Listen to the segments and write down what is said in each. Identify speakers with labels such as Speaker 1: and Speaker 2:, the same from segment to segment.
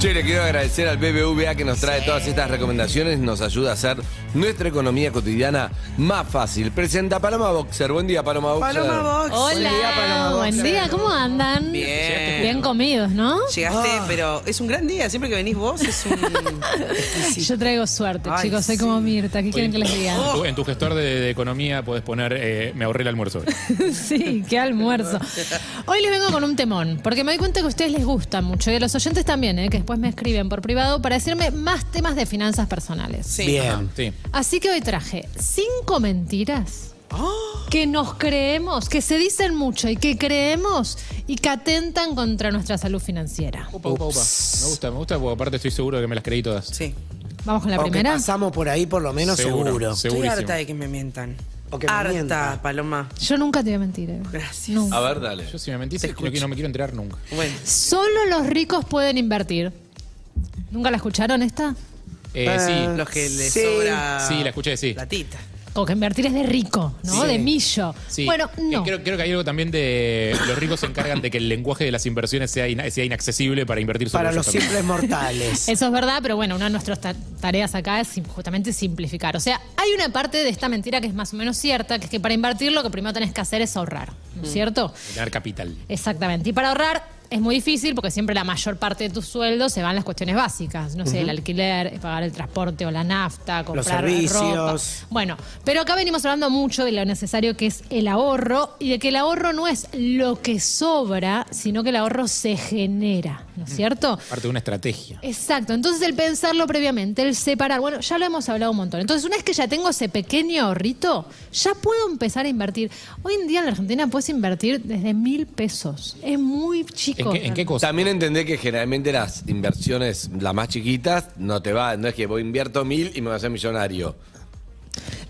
Speaker 1: Che, le quiero agradecer al BBVA que nos trae todas estas recomendaciones, nos ayuda a hacer nuestra economía cotidiana más fácil. Presenta Paloma Boxer. Buen día, Paloma Boxer.
Speaker 2: Hola,
Speaker 3: Buen día, Paloma
Speaker 2: buen
Speaker 3: Boxer.
Speaker 2: día, ¿cómo andan?
Speaker 3: Bien.
Speaker 2: Bien comidos, ¿no?
Speaker 3: Llegaste, pero es un gran día. Siempre que venís vos es un. exquisito.
Speaker 2: Yo traigo suerte,
Speaker 3: Ay,
Speaker 2: chicos, soy
Speaker 3: sí. Oh.
Speaker 2: como Mirta, ¿qué quieren que les diga?
Speaker 4: Tú, en tu gestor de, de economía podés poner eh, me ahorré el almuerzo.
Speaker 2: sí, qué almuerzo. Hoy les vengo con un temón, porque me doy cuenta que a ustedes les gusta mucho, y a los oyentes también, ¿eh? que después me escriben por privado para decirme más temas de finanzas personales.
Speaker 3: Sí.
Speaker 4: Sí.
Speaker 2: Así que hoy traje cinco mentiras
Speaker 3: Ah.
Speaker 2: que nos creemos, que se dicen mucho y que creemos y que atentan contra nuestra salud financiera.
Speaker 4: Upa, upa, upa. Me gusta, me gusta porque aparte estoy seguro de que me las creí todas.
Speaker 3: Sí.
Speaker 2: Vamos con la
Speaker 5: O que
Speaker 2: primera.
Speaker 5: pasamos por ahí por lo menos seguro.
Speaker 3: Estoy
Speaker 4: Segurísimo.
Speaker 3: harta de que me mientan.
Speaker 5: O que me
Speaker 3: harta,
Speaker 5: mientan.
Speaker 3: Paloma.
Speaker 2: Yo nunca te voy a mentir. ¿eh?
Speaker 3: Gracias.
Speaker 2: Nunca.
Speaker 1: A ver, dale.
Speaker 4: Yo si me mentís creo que no me quiero enterar nunca.
Speaker 3: Bueno.
Speaker 2: Solo los ricos pueden invertir. ¿Nunca la escucharon esta?
Speaker 4: Eh, sí,
Speaker 3: Los que les
Speaker 5: Sí.
Speaker 3: sobra.
Speaker 4: Sí, la escuché, sí.
Speaker 3: Platita.
Speaker 2: Como que invertir es de rico, ¿no?
Speaker 4: Sí.
Speaker 2: De millo.
Speaker 4: sí.
Speaker 2: Bueno,
Speaker 4: Eh,
Speaker 2: no.
Speaker 4: Creo, creo que hay algo también de los ricos se encargan de que el lenguaje de las inversiones sea, ina- sea inaccesible para invertir solo
Speaker 5: Para
Speaker 4: ellos
Speaker 5: los
Speaker 4: también.
Speaker 5: simples mortales.
Speaker 2: Eso es verdad, pero bueno, una de nuestras ta- tareas acá es sim- justamente simplificar. O sea, hay una parte de esta mentira que es más o menos cierta, que es que para invertir lo que primero tenés que hacer es ahorrar, ¿no es
Speaker 4: Mm.
Speaker 2: cierto?
Speaker 4: Tener capital.
Speaker 2: Exactamente. Y para ahorrar es muy difícil porque siempre la mayor parte de tu sueldo se van a las cuestiones básicas. No sé, el alquiler, pagar el transporte o la nafta, comprar
Speaker 5: servicios.
Speaker 2: ropa. Bueno, pero acá venimos hablando mucho de lo necesario que es el ahorro y de que el ahorro no es lo que sobra, sino que el ahorro se genera, ¿no es cierto?
Speaker 4: Parte de una estrategia.
Speaker 2: Exacto, entonces el pensarlo previamente, el separar, bueno, ya lo hemos hablado un montón. Entonces, una vez que ya tengo ese pequeño ahorrito, ya puedo empezar a invertir. Hoy en día en la Argentina puedes invertir desde mil pesos. Es muy
Speaker 4: ¿En
Speaker 2: chico.
Speaker 4: qué, en qué cosa?
Speaker 1: También entendé que generalmente las inversiones, las más chiquitas, no te va. No es que voy invierto mil y me voy a hacer millonario.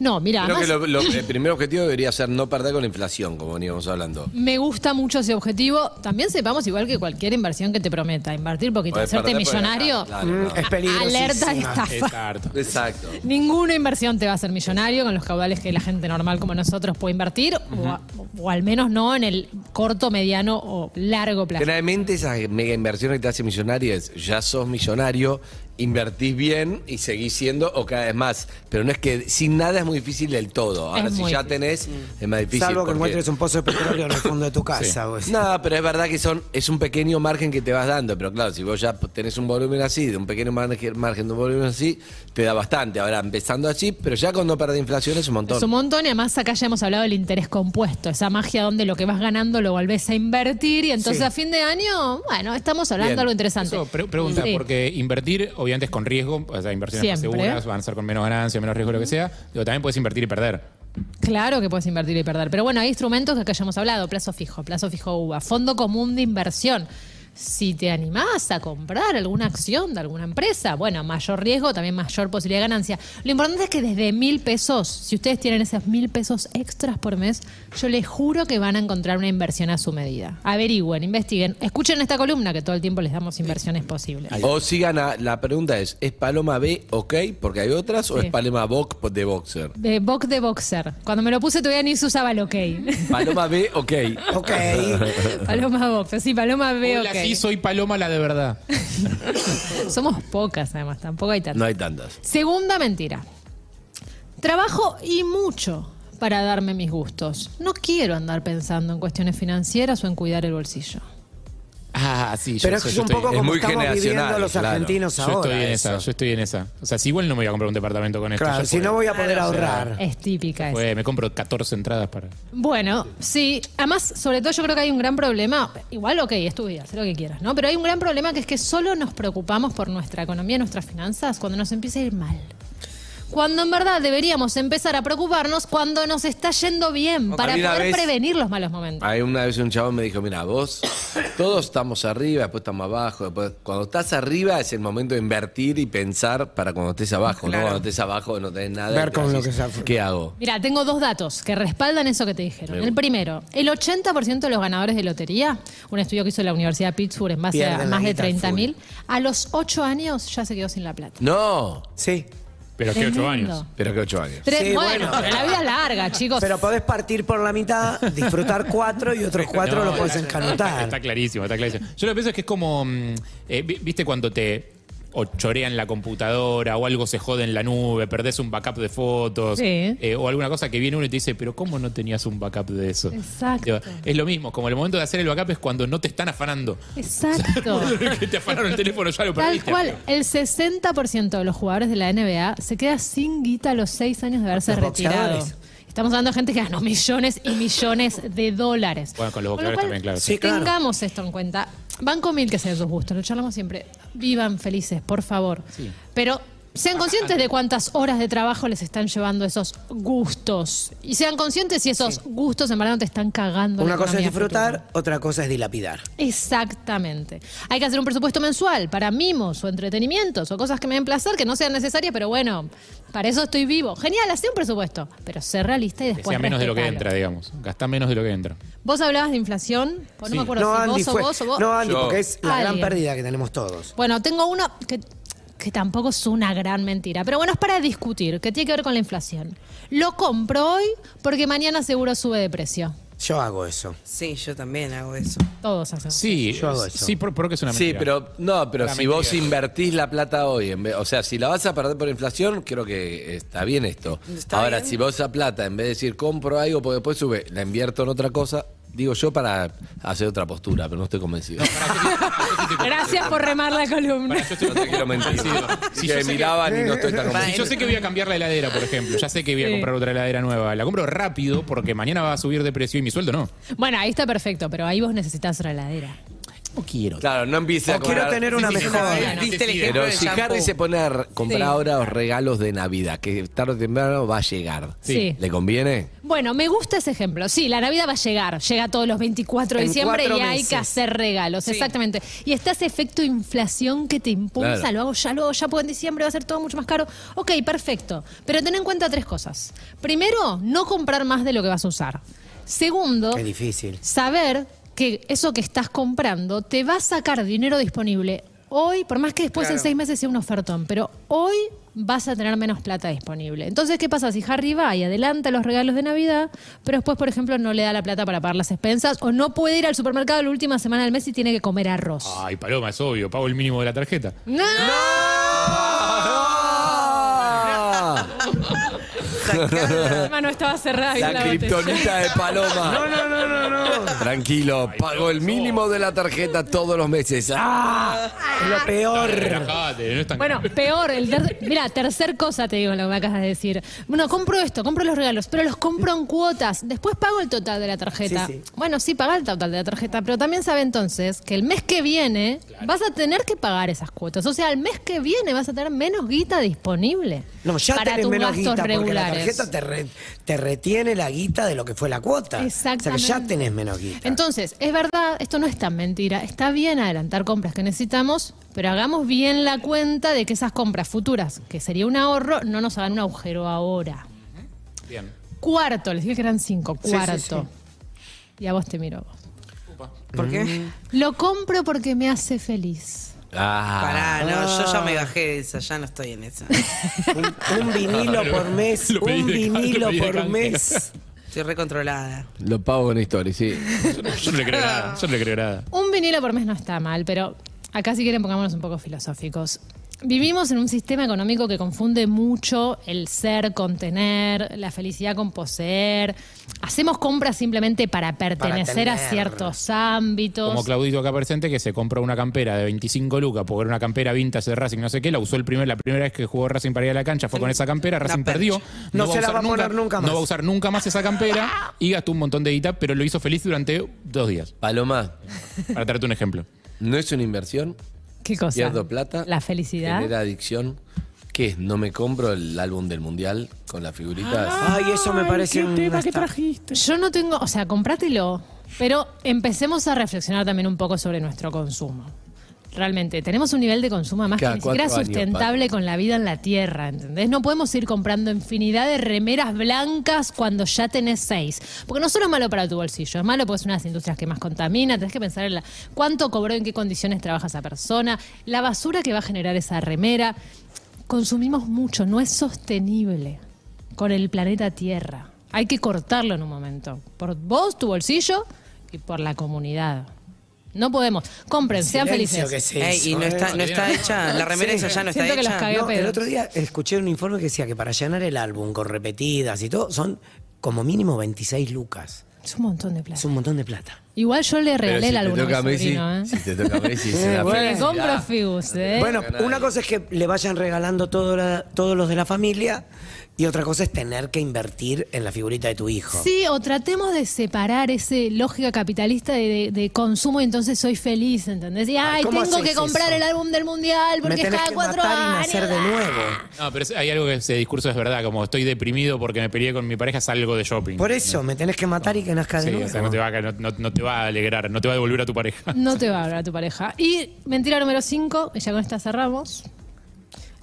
Speaker 2: No, mira,
Speaker 1: Creo que
Speaker 2: además,
Speaker 1: lo- lo- el primer objetivo debería ser no perder con la inflación, como veníamos hablando.
Speaker 2: me gusta mucho ese objetivo. También sepamos, igual que cualquier inversión que te prometa, invertir poquito,
Speaker 1: Podés
Speaker 2: hacerte
Speaker 4: pues,
Speaker 1: perder, podés ganar,
Speaker 2: millonario,
Speaker 1: claro,
Speaker 5: Mm,
Speaker 1: claro.
Speaker 5: es peligrosísimo.
Speaker 2: alerta de estafa.
Speaker 4: Exacto.
Speaker 1: Exacto.
Speaker 2: Ninguna inversión te va a hacer millonario con los caudales que la gente normal como nosotros puede invertir, o a- o, al menos no en el corto, mediano o largo plazo.
Speaker 1: Generalmente esas mega inversiones que te hacen millonario es ya sos millonario, invertís bien y seguís siendo o cada vez más. Pero no es que sin nada es muy difícil del todo. Ahora
Speaker 2: Es
Speaker 1: si
Speaker 2: muy Mm.
Speaker 1: ya tenés es más difícil.
Speaker 5: Salvo que
Speaker 1: porque-
Speaker 5: encuentres un pozo de petróleo en el fondo de tu casa. vos.
Speaker 1: No, pero es verdad que son es un pequeño margen que te vas dando, pero claro, si vos ya tenés un volumen así, de un pequeño margen, margen de un volumen así, te da bastante. Ahora empezando así, pero ya cuando para de inflación es un montón.
Speaker 2: Es un montón y además acá ya hemos hablado del interés compuesto, esa magia donde lo que vas ganando lo volvés a invertir y entonces
Speaker 5: Sí.
Speaker 2: a fin de año, bueno, estamos hablando
Speaker 1: Bien.
Speaker 2: de algo interesante.
Speaker 4: Eso, pre- pregunta,
Speaker 2: Sí.
Speaker 4: porque invertir, obviamente, es con riesgo, o sea, inversiones más
Speaker 2: Siempre.
Speaker 4: seguras, van a ser con menos ganancia, menos riesgo, lo que sea, pero también puedes invertir y perder.
Speaker 2: Claro que puedes invertir y perder, pero bueno, hay instrumentos que acá ya hemos hablado, plazo fijo, plazo fijo UVA, fondo común de inversión. Si te animás a comprar alguna acción de alguna empresa, bueno, mayor riesgo, también mayor posibilidad de ganancia. Lo importante es que desde mil pesos, si ustedes tienen esos mil pesos extras por mes, yo les juro que van a encontrar una inversión a su medida. Averigüen, investiguen, escuchen esta columna que todo el tiempo les damos inversiones posibles.
Speaker 1: O sigan a, la pregunta es, ¿es Paloma B ok? Porque hay otras, o
Speaker 2: Sí.
Speaker 1: es Paloma Boc de Boxer.
Speaker 2: De box de boxer. Cuando me lo puse todavía ni se usaba el ok.
Speaker 1: Paloma B ok.
Speaker 5: Ok.
Speaker 2: Paloma boxer, sí, paloma veo
Speaker 4: Hola, sí, soy Paloma la de verdad.
Speaker 2: Somos pocas, además, tampoco hay tantas.
Speaker 1: No hay tantas.
Speaker 2: Segunda mentira. Trabajo y mucho para darme mis gustos. No quiero andar pensando en cuestiones financieras o en cuidar el bolsillo.
Speaker 4: Ah, sí, yo,
Speaker 5: Pero
Speaker 4: eso,
Speaker 5: es
Speaker 4: yo
Speaker 5: un
Speaker 4: estoy,
Speaker 5: poco
Speaker 1: es
Speaker 5: como
Speaker 1: muy
Speaker 5: estamos viviendo
Speaker 1: generacional,
Speaker 5: los
Speaker 1: claro.
Speaker 5: argentinos
Speaker 4: yo
Speaker 5: ahora.
Speaker 4: estoy en esa,
Speaker 5: eso.
Speaker 4: yo estoy en esa. O sea, si igual no me voy a comprar un departamento con esto.
Speaker 5: Claro,
Speaker 4: ya
Speaker 5: si
Speaker 4: fue.
Speaker 5: no voy a poder
Speaker 1: Ah,
Speaker 5: ahorrar.
Speaker 2: Es típica esa.
Speaker 4: Fue, me compro 14 entradas para.
Speaker 2: Bueno, sí. Además, sobre todo yo creo que hay un gran problema. Igual, ok, es tu vida, haz lo que quieras, ¿no? Pero hay un gran problema que es que solo nos preocupamos por nuestra economía, nuestras finanzas, cuando nos empieza a ir mal. Cuando en verdad deberíamos empezar a preocuparnos cuando nos está yendo bien, para
Speaker 1: A mí una
Speaker 2: poder
Speaker 1: vez-
Speaker 2: prevenir los malos momentos.
Speaker 1: Hay una vez un chabón me dijo, mira, vos, todos estamos arriba, después estamos abajo, después cuando estás arriba es el momento de invertir y pensar para cuando estés abajo,
Speaker 3: Claro.
Speaker 1: ¿no? Cuando estés abajo no tenés nada.
Speaker 5: Ver
Speaker 1: y te
Speaker 5: con lo
Speaker 1: decís,
Speaker 5: que se-
Speaker 1: ¿Qué hago?
Speaker 2: Mira, tengo dos datos que respaldan eso que te dijeron. El primero, el 80% de los ganadores de lotería, un estudio que hizo la Universidad de Pittsburgh en base
Speaker 5: Pierden
Speaker 2: a
Speaker 5: la
Speaker 2: más de
Speaker 5: guita
Speaker 2: 30.000, a los 8 años ya se quedó sin la plata.
Speaker 1: No.
Speaker 5: Sí.
Speaker 4: Pero que ocho
Speaker 2: Tremendo.
Speaker 4: años.
Speaker 1: Pero que ocho años.
Speaker 2: Tres-
Speaker 5: Sí,
Speaker 2: bueno,
Speaker 5: bueno.
Speaker 2: pero la vida es larga, chicos.
Speaker 5: Pero podés partir por la mitad, disfrutar cuatro y otros cuatro
Speaker 4: No,
Speaker 5: lo podés
Speaker 4: está- Está,
Speaker 5: encanutar.
Speaker 4: está clarísimo, está clarísimo. Yo lo que pienso es que es como, mm, eh, vi- viste cuando te o chorean la computadora o algo se jode en la nube, perdés un backup de fotos
Speaker 2: Sí.
Speaker 4: eh, o alguna cosa que viene uno y te dice, pero ¿cómo no tenías un backup de eso?
Speaker 2: Exacto.
Speaker 4: Digo, es lo mismo, como el momento de hacer el backup es cuando no te están afanando.
Speaker 2: Exacto.
Speaker 4: que te afanaron el teléfono, ya lo
Speaker 2: Tal
Speaker 4: perdiste.
Speaker 2: cual, el 60% de los jugadores de la NBA se queda sin guita a los 6 años de haberse
Speaker 5: Los
Speaker 2: retirado.
Speaker 5: boxeadores.
Speaker 2: Estamos hablando de gente que ganó millones y millones de dólares.
Speaker 4: Bueno, con los
Speaker 2: lo
Speaker 4: boxeadores
Speaker 2: cual,
Speaker 4: también, claro.
Speaker 5: Sí, claro.
Speaker 2: Tengamos esto en cuenta. Banco mil que sea de sus gustos, lo charlamos siempre. Vivan felices, por favor. Pero sean conscientes de cuántas horas de trabajo les están llevando esos gustos. Y sean conscientes si esos gustos en verdad no te están cagando. la
Speaker 5: Una cosa es
Speaker 2: economía a
Speaker 5: disfrutar,
Speaker 2: futuro.
Speaker 5: otra cosa es dilapidar.
Speaker 2: Exactamente. Hay que hacer un presupuesto mensual para mimos o entretenimientos o cosas que me den placer que no sean necesarias, pero bueno, para eso estoy vivo. Genial, hacer un presupuesto, pero ser realista y
Speaker 4: Que
Speaker 2: después.
Speaker 4: sea menos de lo que
Speaker 2: Pues respetalo.
Speaker 4: entra, digamos. Gastá menos de lo que entra.
Speaker 2: Vos hablabas de inflación, pues no me acuerdo
Speaker 5: No,
Speaker 2: si
Speaker 5: Andy
Speaker 2: vos o
Speaker 5: fue.
Speaker 2: vos o vos.
Speaker 5: No, Andy,
Speaker 1: Yo.
Speaker 5: porque es la gran
Speaker 2: Alguien.
Speaker 5: pérdida que tenemos todos.
Speaker 2: Bueno, tengo uno que, que tampoco es una gran mentira, pero bueno, es para discutir, que tiene que ver con la inflación. Lo compro hoy porque mañana seguro sube de precio.
Speaker 5: Yo hago eso.
Speaker 3: Sí, yo también hago eso.
Speaker 2: Todos hacemos.
Speaker 4: Sí, eh,
Speaker 5: Yo hago eso.
Speaker 4: sí, por- porque es una
Speaker 1: Sí,
Speaker 4: mentira.
Speaker 1: pero no, pero
Speaker 4: Una
Speaker 1: si vos
Speaker 4: mentira.
Speaker 1: invertís la plata hoy, en vez- o sea, si la vas a perder por inflación, creo que está bien esto.
Speaker 3: Está
Speaker 1: Ahora,
Speaker 3: bien.
Speaker 1: si vos esa plata, en vez de decir compro algo, porque después sube, la invierto en otra cosa, digo yo para hacer otra postura, pero no estoy convencido.
Speaker 2: Gracias por remar la columna.
Speaker 4: Pará, yo estoy-
Speaker 1: No te quiero mentir.
Speaker 4: Si
Speaker 1: Si
Speaker 4: yo
Speaker 1: me
Speaker 4: sé que-
Speaker 1: miraban y no estoy tan
Speaker 4: Si yo
Speaker 1: convencido.
Speaker 4: sé que voy a cambiar la heladera, por ejemplo, ya sé que voy a
Speaker 2: Sí.
Speaker 4: comprar otra heladera nueva, la compro rápido porque mañana va a subir de precio y mi sueldo no.
Speaker 2: Bueno, ahí está perfecto, pero ahí vos necesitas otra heladera.
Speaker 4: No quiero.
Speaker 1: Claro, no empieces a
Speaker 5: O quiero
Speaker 1: comprar-
Speaker 5: tener una
Speaker 4: sí, sí, sí,
Speaker 2: Ah,
Speaker 5: mejor.
Speaker 4: sí, sí.
Speaker 3: Diste el ejemplo
Speaker 1: Pero
Speaker 3: del
Speaker 1: si
Speaker 3: shampoo.
Speaker 1: Harry se pone a re- comprar
Speaker 2: Sí.
Speaker 1: ahora los regalos de Navidad, que tarde o temprano va a llegar,
Speaker 2: Sí.
Speaker 1: ¿le conviene?
Speaker 2: Bueno, me gusta ese ejemplo. Sí, la Navidad va a llegar. Llega todos los 24 de
Speaker 5: En
Speaker 2: diciembre y
Speaker 5: cuatro
Speaker 2: hay
Speaker 5: meses.
Speaker 2: que hacer regalos. Exactamente. Y está ese efecto inflación que te impulsa.
Speaker 1: Claro.
Speaker 2: Lo hago ya, lo hago ya, porque en diciembre va a ser todo mucho más caro. Ok, perfecto. Pero ten en cuenta tres cosas. Primero, no comprar más de lo que vas a usar. Segundo,
Speaker 5: Qué difícil.
Speaker 2: saber que eso que estás comprando te va a sacar dinero disponible hoy, por más que después en seis meses sea un ofertón, pero hoy vas a tener menos plata disponible. Entonces, ¿qué pasa si Harry va y adelanta los regalos de Navidad, pero después, por ejemplo, no le da la plata para pagar las expensas o no puede ir al supermercado la última semana del mes y tiene que comer arroz?
Speaker 4: Ay, Paloma, es obvio, pago el mínimo de la tarjeta.
Speaker 2: ¡No!
Speaker 1: ¡Ah!
Speaker 2: Hermano, estaba cerrada. bien
Speaker 1: La
Speaker 2: botella.
Speaker 1: criptonita de Paloma. No, no, no, no, no. Tranquilo, pago el mínimo de la tarjeta todos los meses. ¡Ah!
Speaker 5: Es lo peor.
Speaker 4: Relajate, no es tan
Speaker 2: Bueno, peor, el ter- mira, tercer cosa te digo lo que me acabas de decir. Bueno, compro esto, compro los regalos, pero los compro en cuotas. Después pago el total de la tarjeta.
Speaker 5: Sí, sí.
Speaker 2: Bueno, sí, paga el total de la tarjeta, pero también sabe entonces que el mes que viene vas a tener que pagar esas cuotas. O sea, el mes que viene vas a tener menos guita disponible.
Speaker 5: No, ya
Speaker 2: para
Speaker 5: tenés
Speaker 2: tus
Speaker 5: menos
Speaker 2: gastos
Speaker 5: guita porque
Speaker 2: regulares.
Speaker 5: la tarjeta te, re- te retiene la guita de lo que fue la cuota.
Speaker 2: Exactamente.
Speaker 5: O sea que ya tenés menos guita.
Speaker 2: Entonces, es verdad, esto no es tan mentira. Está bien adelantar compras que necesitamos, pero hagamos bien la cuenta de que esas compras futuras, que sería un ahorro, no nos hagan un agujero ahora.
Speaker 4: bien.
Speaker 2: Cuarto, les dije que eran cinco,
Speaker 5: Sí,
Speaker 2: cuarto.
Speaker 5: sí, sí.
Speaker 2: Y a vos te miro a vos.
Speaker 3: ¿Por qué?
Speaker 2: Lo compro porque me hace feliz.
Speaker 1: Ah.
Speaker 3: Pará, no, yo ya me bajé de esa, ya no estoy en esa.
Speaker 5: un, un vinilo por mes,
Speaker 4: Lo pedí
Speaker 5: un
Speaker 4: de canje, lo
Speaker 5: vinilo
Speaker 4: pedí de
Speaker 5: por
Speaker 4: canje.
Speaker 5: mes.
Speaker 3: Estoy recontrolada.
Speaker 1: Lo pago con Story, sí.
Speaker 4: Yo no, yo no le creo nada, yo no le creo nada.
Speaker 2: Un vinilo por mes no está mal, pero acá si quieren pongámonos un poco filosóficos. Vivimos en un sistema económico que confunde mucho el ser con tener, la felicidad con poseer. Hacemos compras simplemente para pertenecer a
Speaker 5: tener.
Speaker 2: ciertos ámbitos.
Speaker 4: Como Claudito acá presente que se compró una campera de 25 lucas porque era una campera vintage de Racing, no sé qué, la usó el primer, la primera vez que jugó Racing para ir a la cancha, fue con esa campera,
Speaker 3: Una
Speaker 4: Racing
Speaker 3: percha.
Speaker 4: perdió.
Speaker 5: No se la
Speaker 4: usar
Speaker 5: va a poner nunca más.
Speaker 4: No va a usar nunca más esa campera y gastó un montón de guita, pero lo hizo feliz durante dos días.
Speaker 1: Paloma,
Speaker 4: Para darte un ejemplo.
Speaker 1: ¿no es una inversión?
Speaker 2: ¿Qué cosa?
Speaker 1: Pierdo plata.
Speaker 2: La felicidad.
Speaker 1: Genera adicción. ¿Qué es? ¿No me compro el álbum del mundial con las figuritas?
Speaker 2: Ah.
Speaker 5: Ay, eso me parece un
Speaker 2: Yo no tengo, o sea, comprátelo, pero empecemos a reflexionar también un poco sobre nuestro consumo. Realmente, tenemos un nivel de consumo más
Speaker 1: Cada
Speaker 2: que ni siquiera
Speaker 1: cuatro años,
Speaker 2: sustentable con la vida en la tierra, ¿entendés? No podemos ir comprando infinidad de remeras blancas cuando ya tenés seis. Porque no solo es malo para tu bolsillo, es malo porque es una de las industrias que más contamina, tenés que pensar en la, cuánto cobró, en qué condiciones trabaja esa persona, la basura que va a generar esa remera. consumimos mucho, no es sostenible con el planeta Tierra. Hay que cortarlo en un momento. Por vos, tu bolsillo y por la comunidad. No podemos. Compren, sean
Speaker 5: Silencio
Speaker 2: felices.
Speaker 5: que se
Speaker 3: Ey, y
Speaker 5: hizo,
Speaker 3: no
Speaker 5: ¿eh?
Speaker 3: está, no está hecha, la remera esa ya no está
Speaker 2: Siento que los
Speaker 3: hecha.
Speaker 2: cagué.
Speaker 5: No, el
Speaker 2: pedo.
Speaker 5: otro día escuché un informe que decía que para llenar el álbum con repetidas y todo, son como mínimo 26 lucas.
Speaker 2: Es un montón de plata.
Speaker 5: Es un montón de plata.
Speaker 2: Igual yo le
Speaker 1: Pero
Speaker 2: regalé
Speaker 1: si
Speaker 2: el
Speaker 1: te
Speaker 2: álbum a mi
Speaker 1: toca Messi,
Speaker 2: sobrino, ¿eh?
Speaker 1: si te toca Messi, es
Speaker 5: Eh,
Speaker 1: una
Speaker 5: bueno.
Speaker 2: Le compro
Speaker 1: felicidad.
Speaker 2: Fibus, ¿eh?
Speaker 5: Bueno,
Speaker 1: Ganar.
Speaker 5: una cosa es que le vayan regalando todo la- todos los de la familia y otra cosa es tener que invertir en la figurita de tu hijo.
Speaker 2: Sí, o tratemos de separar ese lógica capitalista de, de- de consumo y entonces soy feliz, ¿entendés? Y, ay,
Speaker 5: ¿cómo
Speaker 2: tengo
Speaker 5: haces
Speaker 2: que comprar
Speaker 5: eso?
Speaker 2: el álbum del mundial
Speaker 5: Me
Speaker 2: porque es
Speaker 5: tenés
Speaker 2: cada
Speaker 5: que
Speaker 2: cuatro
Speaker 5: matar
Speaker 2: años.
Speaker 5: y nacer de nuevo.
Speaker 4: No, pero es- hay algo que ese discurso es verdad, como estoy deprimido porque me peleé con mi pareja, salgo de shopping.
Speaker 5: Por eso, me tenés que matar y que nazca de
Speaker 4: Sí,
Speaker 5: nuevo.
Speaker 4: o sea, no te, va a, no- no- no te va a alegrar, no te va a devolver a tu pareja.
Speaker 2: No te va a hablar tu pareja. Y mentira número 5, ya con esta cerramos.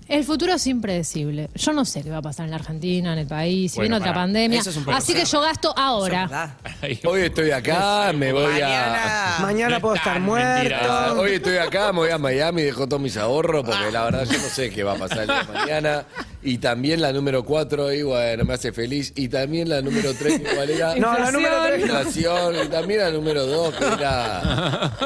Speaker 2: El futuro es impredecible. Yo no sé qué va a pasar en la Argentina, en el país, si
Speaker 4: Bueno,
Speaker 2: viene otra
Speaker 4: pará.
Speaker 2: pandemia.
Speaker 3: Eso es un poco
Speaker 2: Así que yo gasto ahora.
Speaker 3: ¿Verdad?
Speaker 4: Ahí-
Speaker 1: Hoy estoy acá, me voy a.
Speaker 3: Mañana.
Speaker 5: Mañana
Speaker 4: No
Speaker 5: puedo
Speaker 4: es
Speaker 5: estar
Speaker 4: tan
Speaker 5: muerto.
Speaker 4: mentira.
Speaker 1: Ah, Hoy estoy acá, me voy a Miami, dejo todos mis ahorros, porque la verdad yo no sé qué va a pasar el día de mañana. Y también la número 4, y bueno, me hace feliz. Y también la número 3, igual era.
Speaker 5: No, la número tres no.
Speaker 1: Inflación. Y también la número 2, que era.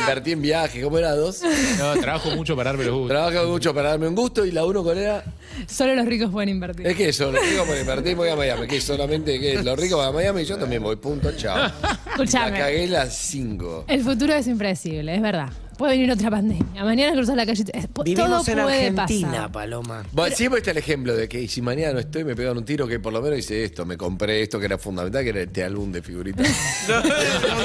Speaker 1: Invertí en viajes, ¿cómo era? Dos.
Speaker 4: No, trabajo mucho para uh, darme los gustos.
Speaker 1: Trabajo mucho para darme un gusto y la uno con era.
Speaker 2: Solo los ricos pueden invertir.
Speaker 1: Es que eso, los ricos por invertir voy a Miami. Que solamente que los ricos van a Miami y yo también voy. Punto, chao.
Speaker 2: Escuchame.
Speaker 1: La cagué las 5.
Speaker 2: El futuro es impredecible, es verdad. Puede venir otra pandemia. Mañana cruzas la calle. y te- es- po-
Speaker 5: Vivimos
Speaker 2: todo
Speaker 5: en
Speaker 2: puede
Speaker 5: Argentina,
Speaker 2: pasar.
Speaker 5: Paloma.
Speaker 1: Bueno, siempre está el ejemplo de que y si mañana no estoy, me pegan un tiro que por lo menos hice esto, me compré esto que era fundamental, que era este álbum de figuritas.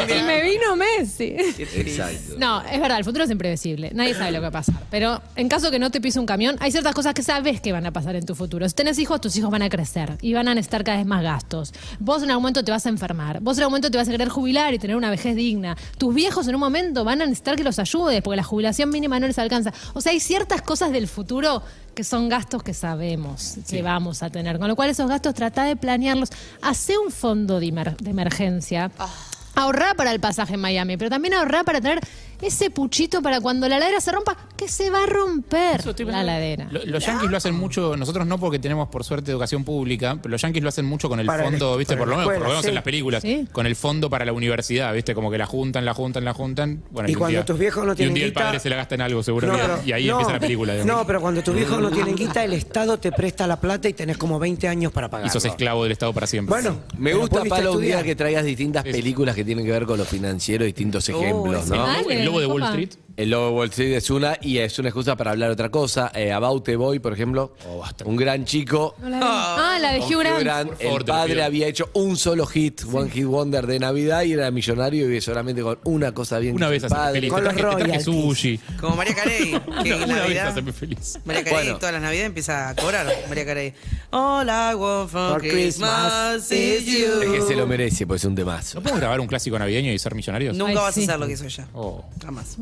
Speaker 2: Y me vino Messi.
Speaker 1: Exacto.
Speaker 2: No, es verdad, el futuro es impredecible. Nadie sabe lo que va a pasar. Pero en caso que no te pise un camión, hay ciertas cosas que sabes que van a pasar en tu futuro. Si tenés hijos, tus hijos van a crecer y van a necesitar cada vez más gastos. Vos en algún momento te vas a enfermar. Vos en algún momento te vas a querer jubilar y tener una vejez digna. Tus viejos en un momento van a necesitar que los ayudes porque la jubilación mínima no les alcanza. O sea, hay ciertas cosas del futuro que son gastos que sabemos que vamos a tener. Con lo cual, esos gastos trata de planearlos. Hace un fondo de, emer- de emergencia. Ahorrá para el pasaje en Miami, pero también ahorrá para tener ese puchito para cuando la ladera se rompa, que se va a romper
Speaker 4: Eso estoy
Speaker 2: la
Speaker 4: pensando.
Speaker 2: ladera.
Speaker 4: Lo- los yanquis lo hacen mucho, nosotros no porque tenemos por suerte educación pública, pero los yanquis lo hacen mucho con el
Speaker 5: Para el-
Speaker 4: fondo, ¿viste?
Speaker 5: para
Speaker 4: Por
Speaker 5: la
Speaker 4: lo menos, por lo
Speaker 5: escuela,
Speaker 4: menos
Speaker 5: sí.
Speaker 4: en las películas,
Speaker 2: Sí.
Speaker 4: con el fondo para la universidad, ¿viste? Como que la juntan, la juntan, la juntan. Bueno,
Speaker 5: Y
Speaker 4: un
Speaker 5: cuando
Speaker 4: día-
Speaker 5: tus viejos no
Speaker 4: Y
Speaker 5: tienen
Speaker 4: un día
Speaker 5: guita-
Speaker 4: el padre se la gasta en algo, seguramente.
Speaker 5: pero-
Speaker 4: y ahí
Speaker 5: no,
Speaker 4: empieza la película. digamos.
Speaker 5: No, pero cuando tus viejos no tienen guita, el Estado te presta la plata y tenés como 20 años para pagar.
Speaker 4: y sos esclavo del Estado para siempre.
Speaker 5: Bueno,
Speaker 1: Me
Speaker 5: pero
Speaker 1: gusta,
Speaker 5: pudiste
Speaker 1: Palo, un día
Speaker 5: estudiar.
Speaker 1: que traigas distintas películas que tienen que ver con lo financiero, distintos ejemplos,
Speaker 3: ese
Speaker 1: ¿no?
Speaker 2: Dale,
Speaker 4: El lobo de Wall
Speaker 2: papá.
Speaker 4: Street.
Speaker 1: El Lobo de Wall Street es una y es una excusa para hablar otra cosa. Eh, About the Boy, por ejemplo, un gran chico.
Speaker 2: No la vi. Ah, la de
Speaker 1: Con
Speaker 2: Hugh Grant.
Speaker 1: Grant,
Speaker 4: Oh, Por favor,
Speaker 1: el
Speaker 4: te lo
Speaker 1: padre
Speaker 4: pido.
Speaker 1: había hecho un solo hit, One Hit Wonder de Navidad y era millonario y vivía solamente con una cosa bien
Speaker 4: Una
Speaker 1: que
Speaker 4: vez
Speaker 1: el
Speaker 4: hacerme
Speaker 1: padre.
Speaker 4: feliz.
Speaker 5: con
Speaker 4: Te
Speaker 5: los
Speaker 4: traje, te traje
Speaker 5: royalties.
Speaker 4: sushi.
Speaker 3: Como María Carey, que en
Speaker 4: Una, una vez
Speaker 3: Navidad-
Speaker 4: hacerme feliz.
Speaker 3: María Carey,
Speaker 1: Bueno.
Speaker 3: todas las navidades empieza a cobrar. María Carey. All I want for,
Speaker 5: For Christmas
Speaker 3: Christmas, is you.
Speaker 1: Es que se lo merece, pues es un temazo.
Speaker 4: ¿No podemos grabar un clásico navideño y ser millonarios?
Speaker 3: Nunca
Speaker 2: Ay,
Speaker 3: vas
Speaker 2: sí.
Speaker 3: a hacer lo que hizo ella.
Speaker 4: Oh.
Speaker 3: Jamás.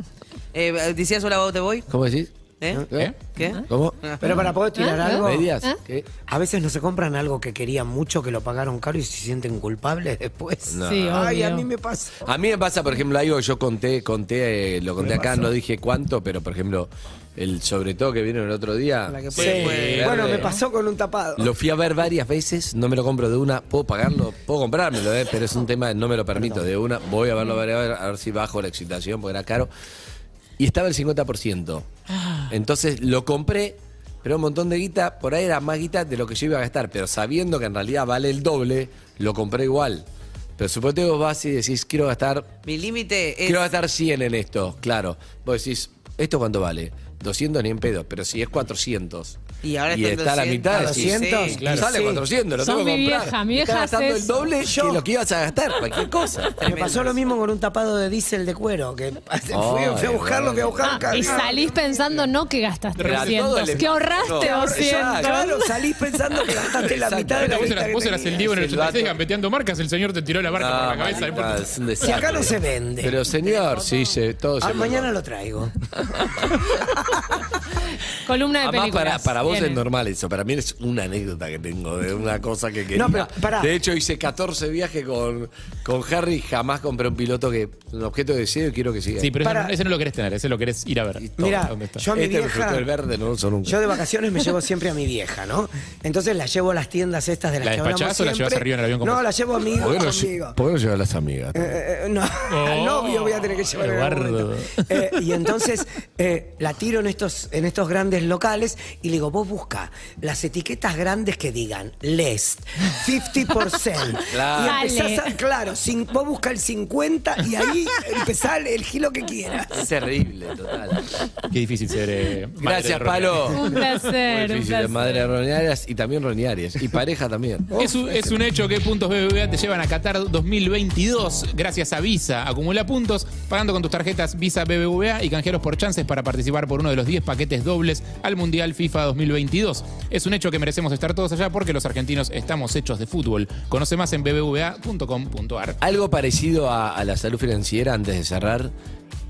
Speaker 3: Eh, ¿Decías hola, vos te voy?
Speaker 1: ¿Cómo decís?
Speaker 3: ¿Eh?
Speaker 4: ¿Eh?
Speaker 3: ¿Qué?
Speaker 1: ¿Cómo?
Speaker 5: Pero para poder tirar
Speaker 2: ¿Ah?
Speaker 5: algo,
Speaker 2: ¿Ah?
Speaker 1: ¿Medias?
Speaker 2: ¿Ah?
Speaker 1: ¿Qué?
Speaker 5: a veces no se compran algo que querían mucho, que lo pagaron caro y se sienten culpables después.
Speaker 1: No.
Speaker 2: Sí,
Speaker 5: Ay,
Speaker 2: obvio.
Speaker 5: a mí me pasa.
Speaker 1: A mí me pasa, por ejemplo, algo que yo conté, conté, eh, lo conté acá, no dije cuánto, pero por ejemplo, el sobre todo que vino el otro día.
Speaker 3: La que
Speaker 5: Sí.
Speaker 3: puede, puede.
Speaker 5: Bueno,
Speaker 1: Ah, verde.
Speaker 5: me pasó con un tapado.
Speaker 1: Lo fui a ver varias veces, no me lo compro de una, puedo pagarlo, puedo comprármelo, eh, pero es un tema, de no me lo permito de una, voy a verlo varias veces, a ver si bajo la excitación, porque era caro. Y estaba el 50%. Entonces lo compré, pero un montón de guita, por ahí era más guita de lo que yo iba a gastar, pero sabiendo que en realidad vale el doble, lo compré igual. Pero suponete que vos vas y decís, quiero gastar
Speaker 3: Mi límite es.
Speaker 1: Quiero gastar 100 en esto, claro. Vos decís, ¿esto cuánto vale? 200 ni en pedo, pero si es 400.
Speaker 3: Y ahora está en
Speaker 1: está a la
Speaker 3: 200,
Speaker 1: mitad, decís,
Speaker 5: 200,
Speaker 1: y
Speaker 5: claro.
Speaker 1: sale
Speaker 5: Sí.
Speaker 1: 400, lo
Speaker 2: Son
Speaker 1: tengo que
Speaker 2: mi
Speaker 1: comprar.
Speaker 2: vieja, mi
Speaker 1: Estás
Speaker 2: vieja
Speaker 1: gastando
Speaker 2: hace
Speaker 1: el doble
Speaker 5: eso.
Speaker 1: que lo que ibas a gastar, cualquier cosa.
Speaker 5: Me pasó lo mismo con un tapado de diésel de cuero, que fui,
Speaker 4: Oh,
Speaker 5: fui a buscarlo, fui a buscar.
Speaker 2: Ah, y salís pensando no que gastaste
Speaker 1: Pero todo
Speaker 2: 300,
Speaker 1: el-
Speaker 2: que ahorraste
Speaker 1: No,
Speaker 2: 200.
Speaker 5: Claro, salís pensando que gastaste la
Speaker 1: Exacto.
Speaker 5: mitad de la
Speaker 4: Vos
Speaker 5: guita
Speaker 4: eras,
Speaker 5: que
Speaker 4: vos eras el
Speaker 5: tenías.
Speaker 4: Diego en el
Speaker 1: Es el
Speaker 4: 86
Speaker 1: vato.
Speaker 4: gambeteando marcas, el señor te tiró la barca por la cabeza. no importa.
Speaker 1: es un desastre.
Speaker 5: acá no se Ah, vende.
Speaker 1: Pero señor, sí, se, todo
Speaker 5: Ah,
Speaker 1: se
Speaker 5: mañana lo traigo.
Speaker 2: Columna de
Speaker 1: Además,
Speaker 2: películas.
Speaker 1: para, para vos
Speaker 2: Viene.
Speaker 1: es normal eso. Para mí es una anécdota que tengo de una cosa que quería.
Speaker 5: No, pero, pará.
Speaker 1: De hecho, hice 14 viajes con, con Harry y jamás compré un piloto que. Un objeto de deseo y quiero que siga.
Speaker 4: Sí, pero ese
Speaker 5: Para-
Speaker 4: no- ese no lo querés tener, ese lo querés ir a ver.
Speaker 1: todo.
Speaker 5: Mira,
Speaker 4: ¿Dónde está?
Speaker 5: yo a mi
Speaker 1: este me
Speaker 5: vieja-
Speaker 1: frustró el verde, no lo uso nunca.
Speaker 5: Yo de vacaciones me llevo siempre a mi vieja, ¿no? Entonces la llevo a las tiendas estas de las
Speaker 4: ¿La
Speaker 5: que hablamos
Speaker 4: despachás o la
Speaker 5: siempre.
Speaker 4: llevas arriba en el avión con
Speaker 5: No,
Speaker 4: vos?
Speaker 5: la llevo a mi
Speaker 1: ¿Por qué no,
Speaker 5: conmigo.
Speaker 1: lle- por qué no llevas a las amigas?
Speaker 5: Eh, eh, no, al novio voy a tener que llevar en algún
Speaker 4: Eduardo.
Speaker 5: momento. Eh, y entonces eh, la tiro en estos, en estos grandes locales y le digo, vos busca las etiquetas grandes que digan less, 50%.
Speaker 1: Claro.
Speaker 5: Y empezás a- claro, cin- vos busca el 50 y ahí empezá el, el gilo que quieras.
Speaker 1: Es terrible, total.
Speaker 4: Qué difícil ser. eh, madre
Speaker 1: Gracias,
Speaker 4: de
Speaker 1: Palo.
Speaker 2: Un placer,
Speaker 1: Muy
Speaker 2: un
Speaker 1: difícil,
Speaker 2: placer.
Speaker 1: madre de roñarias y también roñarias. Y pareja también.
Speaker 4: Es un, es un hecho que puntos BBVA te llevan a Qatar 2022 gracias a Visa. Acumula puntos pagando con tus tarjetas Visa BBVA y canjeros por chances para participar por uno de los 10 paquetes dobles al Mundial FIFA 2022. Es un hecho que merecemos estar todos allá porque los argentinos estamos hechos de fútbol. Conoce más en bbva.com.ar.
Speaker 1: Algo parecido a, a la salud financiera antes de cerrar.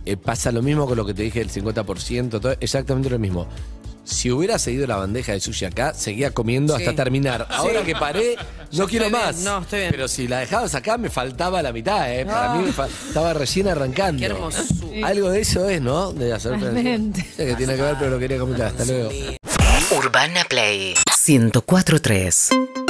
Speaker 1: eh, pasa lo mismo con lo que te dije del 50%, todo, exactamente lo mismo. Si hubiera seguido la bandeja de sushi acá, seguía comiendo
Speaker 3: Sí.
Speaker 1: hasta terminar. Ahora que paré, no quiero
Speaker 3: estoy bien,
Speaker 1: más.
Speaker 3: no, estoy bien.
Speaker 1: Pero si la dejabas acá, me faltaba la mitad, ¿eh? Para mí me fa- estaba recién arrancando.
Speaker 3: Qué hermoso.
Speaker 1: Algo de eso es, ¿no? De la salud
Speaker 2: Realmente.
Speaker 1: financiera. Sé que tiene que ver, pero lo quería comentar. Hasta luego.
Speaker 6: Urbana Play 104.3